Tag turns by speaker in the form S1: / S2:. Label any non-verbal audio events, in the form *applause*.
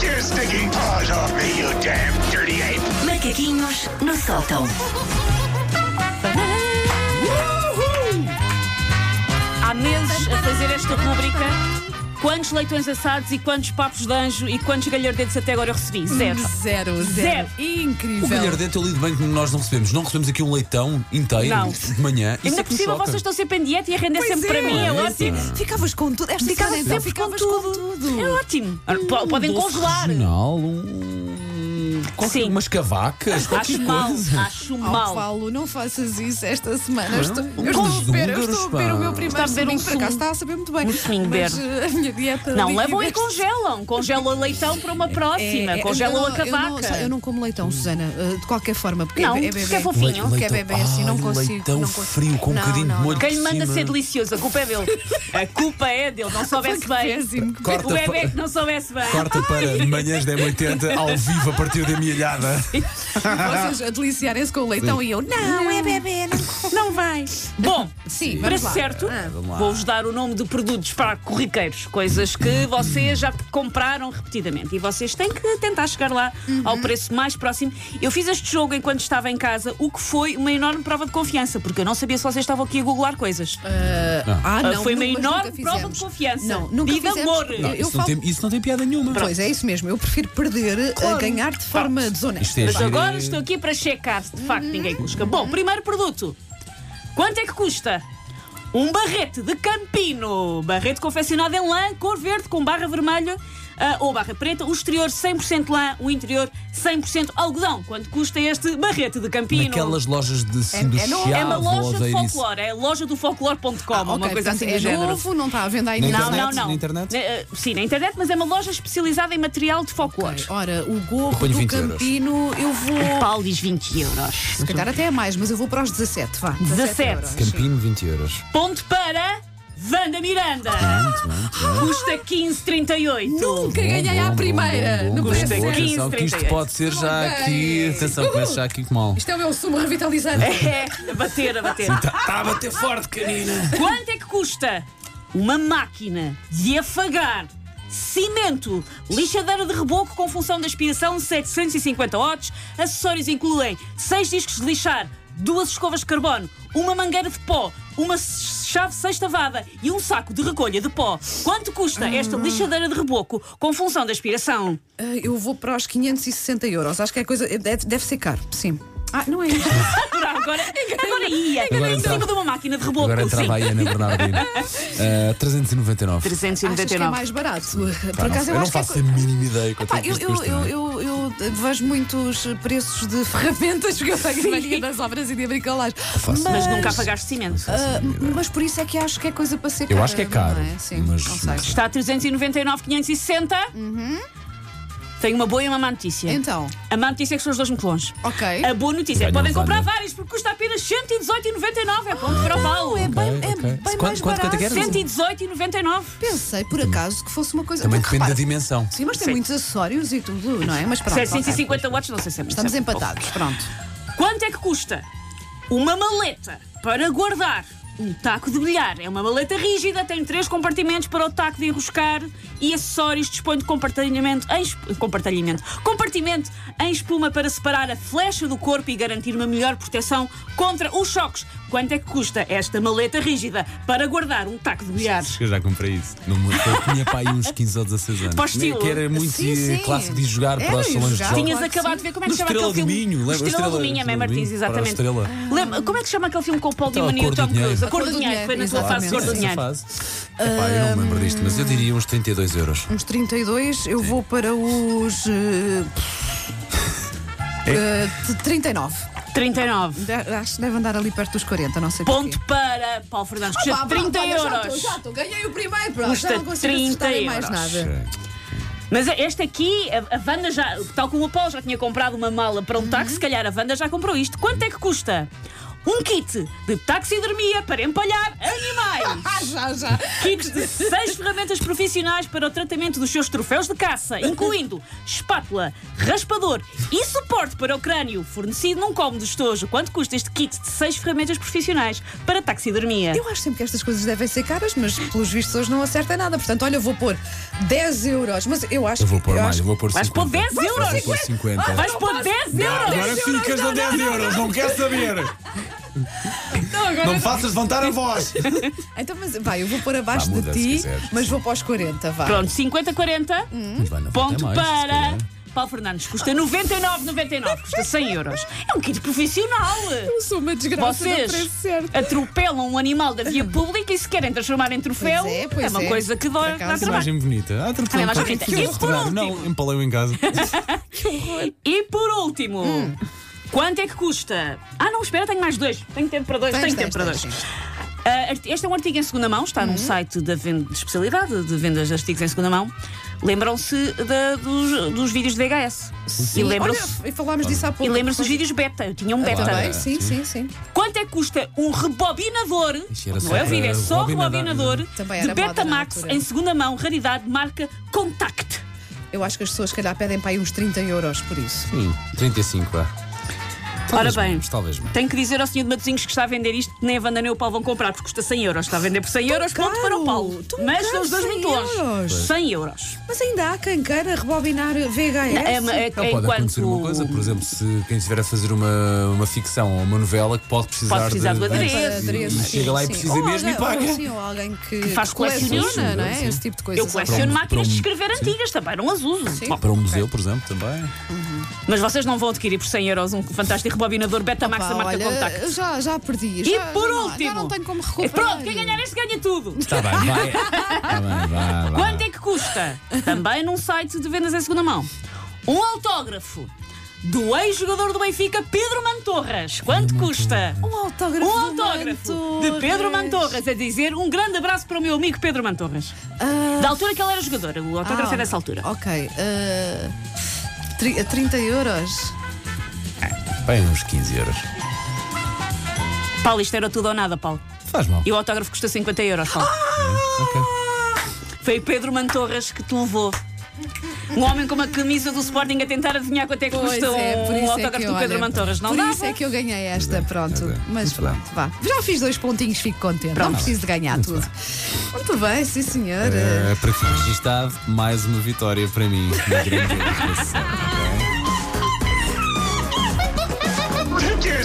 S1: fucking paws off me, you damn dirty ape!
S2: Macaquinhos no sótão.
S3: Há meses a fazer esta rubrica. Quantos leitões assados e quantos papos de anjo e quantos galhardetes até agora eu recebi? Zero.
S4: Hum, Zero, zero.
S3: Zero.
S4: Incrível.
S5: O galhardete eu lido bem que nós não recebemos. Não recebemos aqui um leitão inteiro
S3: Não.
S5: de manhã. Isso
S3: Ainda
S5: é que
S3: por
S5: me
S3: cima,
S5: choca.
S3: vocês estão sempre em dieta e a render
S4: Pois
S3: sempre para mim. É
S5: Eita.
S3: ótimo.
S4: Ficavas com tudo. Esta
S3: Ficava
S4: semana, então,
S3: sempre com
S4: ficavas
S3: tudo. É ótimo. P- Podem
S5: Ah, doce
S3: congelar.
S5: regional, um... qualquer-
S3: Sim. Ah,
S5: Umas cavacas,
S3: Acho
S5: qualquer
S3: mal.
S5: coisa.
S3: Acho
S4: Ao
S3: mal.
S4: Paulo, não faças isso esta semana. Eu estou,
S5: Não,
S4: eu estou a
S5: uns
S4: beber, eu
S5: húngaros,
S4: estou a beber
S5: pá.
S4: o meu primeiro
S3: Está a beber um
S4: suminho, por acaso
S3: sumo.
S4: está a saber muito bem.
S3: Um suminho
S4: Mas
S3: verde.
S4: eh, a minha dieta
S3: Não, um
S4: líquida
S3: levam e
S4: deste-
S3: congelam. Congelam leitão para uma
S4: É,
S3: próxima.
S4: é,
S3: Congelam
S4: não,
S3: a
S4: eu não-
S3: cavaca.
S4: Eu não como leitão, Susana, eh, de qualquer forma, porque
S3: Não,
S4: é, é
S3: porque
S4: bebê.
S3: é fofinho.
S4: Porque é bebê, assim, não
S5: Ai,
S4: consigo.
S5: leitão
S4: não consigo.
S5: frio com um
S4: Não,
S5: bocadinho
S4: não,
S5: de molho
S3: Quem lhe
S5: por
S3: manda
S5: cima.
S3: ser delicioso, a culpa é dele. A culpa é dele,
S4: *laughs*
S3: não soubesse bem.
S4: péssimo.
S3: O
S5: Corta,
S3: bebê que
S5: pa-
S3: não soubesse bem.
S5: corta para manhãs de 80 ao vivo a partir da minha alhada.
S4: Vocês a deliciarem-se com o leitão e eu, não, é bebê, não, não vai.
S3: Bom,
S4: Sim,
S3: para
S4: vamos lá.
S3: certo,
S4: Ah,
S5: vamos lá.
S3: vou-vos dar o nome de produtos para corriqueiros, coisas que vocês já compraram repetidamente. E vocês têm que tentar chegar lá ao preço mais próximo. Eu fiz este jogo enquanto estava em casa, o que foi uma enorme prova de confiança, porque eu não sabia se vocês estavam aqui a googlar coisas.
S4: Ah,
S3: Ah,
S4: não,
S3: foi uma
S4: nu- mas
S3: enorme
S4: nunca
S3: prova de
S4: fizemos.
S3: confiança.
S4: Não, nunca
S3: Vida
S4: fizemos.
S3: amor.
S4: Eu-
S3: Não,
S4: eu
S5: isso, não
S4: falo-
S5: tem, isso não tem piada nenhuma.
S4: Pois é isso mesmo, eu prefiro perder a ganhar de forma desonesta.
S5: Isto é
S3: Mas
S5: giro.
S3: agora estou aqui para checar se de facto ninguém cusca. Bom, primeiro produto. Quanto é que custa? Um barrete de Campino. Barrete confeccionado em lã, cor verde, com barra vermelha ah, ou barra preta. O exterior 100% lã, o interior 100% algodão. Quanto custa este barrete de Campino?
S5: Naquelas lojas de
S4: É- é no-
S5: Sinduchiá,
S3: É uma loja de
S5: Voladeiris.
S3: folclore. É loja do folclore.com.
S4: Ah,
S3: uma
S4: ok,
S3: coisa assim
S4: portanto,
S3: do
S4: é
S3: género.
S4: novo, não está à venda aí
S5: Na
S3: Não,
S5: internet?
S3: não, não.
S5: Na internet?
S3: Eh, eh, sim, na internet, mas é uma loja especializada em material de folclore.
S4: Ora, o
S5: Eu
S4: gorro
S5: ponho
S4: do
S5: 20 euros.
S4: Campino, eu vou.
S3: Paulo diz 20 euros.
S4: Se calhar até é mais, mas eu vou para os 17, vá.
S3: 17.
S4: euros.
S5: Campino, 20 euros.
S3: Ponto para Wanda Miranda.
S5: Muito bem, muito bem.
S3: Custa 15,38.
S4: Nunca ganhei à primeira, no preço
S3: bom.
S4: certo.
S5: Atenção, que isto
S3: 15,38.
S5: pode ser já
S4: Ok.
S5: aqui. Atenção, começa já aqui com mal.
S4: Isto é o meu sumo revitalizante.
S3: É, a bater, a bater.
S5: Está a bater forte, canina.
S3: Quanto é que custa uma máquina de afagar cimento, lixadeira de reboco com função de aspiração 750 watts? Acessórios incluem 6 discos de lixar, duas escovas de carbono, uma mangueira de pó, uma s- chave sextavada e um saco de recolha de pó. Quanto custa esta lixadeira de reboco com função de aspiração?
S4: Ah, Eu vou para os 560 euros. Acho que é coisa. Deve, deve ser caro, sim. Ah, não é isso.
S3: Agora,
S4: *laughs*
S3: agora, agora ia. em
S5: Agora
S3: cima
S5: entrava-
S3: de uma máquina de reboco.
S5: Agora
S3: sim.
S5: entrava a Ana
S4: *laughs*
S5: Bernardino. Ah, 399.
S4: Achas que é
S3: 399.
S4: mais barato? Por
S5: Pá, não
S4: acaso
S5: sei,
S4: eu
S5: eu não
S4: acho que é
S5: faço
S4: co-
S5: a mínima ideia quanto
S4: Pá,
S5: é que
S4: eu,
S5: isto
S4: eu,
S5: custa.
S4: eu, eu, eu vejo muitos preços de *laughs* ferramentas que eu tenho mania das obras e de abricolagem. Mas,
S3: Mas nunca apagaste cimento.
S4: ah, mas por isso é que acho que é coisa para ser
S5: Eu
S4: cara,
S5: acho que é caro,
S4: Não é? Sim,
S5: mas-
S4: não sei.
S3: Está a 399,560.
S4: Uhum.
S3: Tenho uma boa e uma má notícia.
S4: Então,
S3: A má notícia é que são os dois muito longe.
S4: ok.
S3: A boa notícia é que
S5: Ganham
S3: podem comprar
S5: Wanda.
S3: vários, porque custa apenas 118,99. É ponto para o Paulo.
S4: é bem,
S5: Ok,
S4: é
S5: ok.
S4: bem
S5: Quanto-
S4: mais
S5: quanto- quanto é que
S4: barato.
S5: era?
S4: Cento e-
S3: 118,99.
S4: Pensei, por acaso, que fosse uma coisa.
S5: Também
S4: porque,
S5: depende da
S4: repara,
S5: dimensão.
S4: Sim, mas tem
S3: Sim.
S4: muitos acessórios e tudo, não é? Mas pronto. ok.
S3: 750 watts, não sei se é muito.
S4: Estamos
S3: certo.
S4: empatados, pronto.
S3: Quanto é que custa? Uma maleta para guardar um taco de bilhar. É uma maleta rígida, tem três compartimentos para o taco de enroscar e acessórios. Dispõe de compartilhamento em, esp- compartilhamento, compartimento em espuma para separar a flecha do corpo e garantir uma melhor proteção contra os choques. Quanto é que custa esta maleta rígida para guardar um taco de bilhar?
S5: Eu já comprei isso. Não me eu tinha pai uns 15 ou 16 anos.
S3: Para o estilo.
S5: Que era muito
S4: Sim, sim.
S5: clássico de jogar
S4: Era,
S5: para os
S4: eu
S5: salões de
S4: jogava.
S5: jogos.
S3: Tinhas
S4: Claro que
S3: acabado de
S4: sim.
S3: ver como é que
S5: Do
S3: se chama
S5: Estrela
S3: aquele
S5: do
S3: filme?
S5: Minho, lembra?
S3: Do Estrela do
S5: Estrela-
S3: Minho, é
S5: Estrela do
S3: Martins,
S5: Minho, para a
S3: exatamente.
S5: Estrela.
S3: Lembra, como é que se chama aquele filme com o Paul
S5: Então, a
S3: Dimon e
S5: Cor
S3: o
S5: do
S3: Tom Cruise?
S5: Dinheiro.
S3: A Cor do Dinheiro, foi na tua
S4: exatamente.
S3: fase, Cor do
S5: Sim, essa
S3: Dinheiro.
S5: fase. Epá, eu não me lembro disto, mas eu diria uns 32 euros.
S4: Uns 32, eu vou para os. eh, eh,
S5: É.
S4: de 39.
S3: 39.
S4: De- acho que deve andar ali perto dos 40, não sei
S3: Ponto
S4: porquê.
S3: para Paulo Fernandes. Custa
S4: Pá, pá,
S3: 30
S4: pá, já
S3: euros.
S4: estou, já estou, ganhei o primeiro, pronto.
S3: Custa
S4: já não consigo
S3: 30
S4: acertar em mais
S3: euros.
S4: nada.
S3: Mas este aqui, a, a Wanda já,
S4: Uhum.
S3: tal como o Paulo já tinha comprado uma mala para um táxi, se calhar a Wanda já comprou isto. Quanto é que custa? Um kit de taxidermia para empalhar
S4: *laughs*
S3: animais.
S4: Ah, já, já.
S3: Kits de seis ferramentas profissionais para o tratamento dos seus troféus de caça, incluindo espátula, raspador e suporte para o crânio, fornecido num cómodo estojo. Quanto custa este kit de seis ferramentas profissionais para taxidermia?
S4: *laughs* Eu acho sempre que estas coisas devem ser caras, mas pelos vistos hoje não acerta nada. Portanto, olha, eu vou pôr 10 euros. Mas eu acho
S5: Eu vou
S4: que-
S5: pôr mais,
S4: acho
S5: eu vou pôr 50.
S3: Vais pôr 10 euros!
S5: Vou pôr 50.
S3: Vais pôr 10 euros!
S5: Agora ficas a 10 euros, não
S3: *laughs*
S5: quero saber.
S4: Não, agora
S5: Não
S4: não.
S5: me faças levantar a voz.
S4: Então, mas vai, eu vou pôr abaixo
S6: Vá, muda, se
S4: de ti,
S6: quiseres.
S4: mas vou para os 40, vá.
S3: Pronto, 50-40,
S4: Hum.
S6: Ivana,
S3: ponto
S6: Uhum. até mais, se
S3: para.
S6: calhar.
S3: Paulo Fernandes custa 99,99, custa 100 euros. É um kit profissional!
S4: Eu sou é uma desgraça no
S3: Vocês
S4: um preço certo.
S3: atropelam um animal da via pública e se querem transformar em troféu,
S4: Pois é, pois
S3: uma
S4: é.
S3: coisa que dói,
S4: Por
S3: dá
S4: acaso,
S3: trabalho.
S5: Imagem bonita. Ah,
S3: Ah,
S5: tranquilo.
S3: imagem
S5: para que
S3: bonita.
S5: que eu
S3: E
S5: vou
S3: por
S5: retirar? Não,
S3: último-
S5: empalei-o
S3: *laughs*
S5: em casa.
S3: E por último,
S4: Hum.
S3: quanto é que custa? Ah, não, espera, tenho mais dois. Tenho tempo para dois,
S4: Tens,
S3: tenho
S4: tens,
S3: tempo para
S4: tens, Uhum.
S3: dois. Ah, arti- este é um artigo em segunda mão, está num site da venda de especialidade de vendas de artigos em segunda mão. Lembram-se da- dos, dos vídeos de VHS. E lembram-se.
S4: Olha, e falámos disso há pouco.
S3: E lembram-se dos vídeos beta, eu tinha um beta.
S4: Também, sim, sim, sim.
S3: Quanto é que custa um rebobinador?
S6: Isso era
S3: Não
S6: só eh,
S3: é o vídeo,
S6: para
S3: é só
S6: rebobinar.
S3: rebobinador
S4: Também
S3: de
S4: era moda na
S3: Betamax
S4: altura.
S3: em segunda mão, raridade, marca Contact.
S4: Eu acho que as pessoas, se calhar, pedem para aí uns 30 euros por isso.
S6: Sim, 35, vá.
S3: Ora
S6: Talvez
S3: bem.
S6: menos, talvez menos.
S3: Tenho que dizer ao senhor de Matozinhos que está a vender isto, que nem a Wanda nem o Paulo vão comprar, porque custa 100 euros. Está a vender por 100 euros, ponto
S4: caro,
S3: para o Paulo.
S4: tão
S3: Mas
S4: caro,
S3: são os dois
S4: 100
S3: muito
S4: euros.
S3: longe. 100 euros. É,
S4: Mas ainda há quem queira rebobinar VHS.
S6: Não, pode acontecer uma coisa, por exemplo, se quem estiver a fazer uma, uma ficção ou uma novela que pode precisar,
S3: Pode precisar do adereço.
S4: Para adereço,
S6: E
S4: sim,
S6: chega lá e
S4: sim.
S6: precisa
S4: Ou
S6: mesmo e
S4: alguém-
S6: paga.
S4: ou Sim, ou alguém que,
S3: Que faz
S4: coleciona,
S6: colecionismo,
S4: não é?
S6: sim.
S4: Esse tipo de coisa.
S3: Eu coleciono
S6: um-
S3: máquinas
S6: para um-
S3: de escrever antigas também, não as uso. Bom,
S6: Para um museu, por exemplo, também.
S3: mas vocês não vão adquirir por 100 euros um fantástico rebobinador Betamax da marca
S4: tá
S3: Contact.
S4: já, já perdi.
S3: E
S4: já- já
S3: por
S4: não-
S3: último.
S4: Já não tenho como recuperar.
S3: Pronto, quem
S4: é
S3: ganhar este ganha tudo.
S6: Está Tá bem,
S3: *laughs*
S6: vai. Está bem, vai. vai.
S3: Quanto é que custa? Também num site de vendas em segunda mão. Um autógrafo do ex-jogador do Benfica, Pedro Mantorras. Quanto custa?
S4: Um autógrafo,
S3: Um
S4: do
S3: autógrafo de Pedro Mantorras, a dizer um grande abraço para o meu amigo Pedro Mantorras.
S4: Ah,
S3: Da altura que ele era jogador, o autógrafo é dessa altura.
S4: Ok. ah, tri- 30 euros.
S6: Bem, uns 15 euros.
S3: Paulo, isto era tudo ou nada, Paulo.
S6: Faz mal.
S3: E o autógrafo custa 50 euros, Paulo. Foi Pedro Mantorras que te levou. Um homem com uma camisa do Sporting a tentar adivinhar quanto é que
S4: Pois
S3: custa
S4: é, por
S3: um,
S4: isso é
S3: autógrafo
S4: que
S3: do
S4: eu,
S3: Pedro
S4: olha,
S3: Mantorras. Não
S4: Por
S3: dá?
S4: isso é que eu ganhei esta, pronto.
S6: muito bem.
S4: Mas
S6: Muito bem.
S4: pronto, vá. Já fiz dois pontinhos, fico contente. Não preciso de ganhar tudo. Muito bem, sim senhor.
S6: Eh, para que fique registado, mais uma vitória para mim. na grande *laughs* organização.
S1: Take your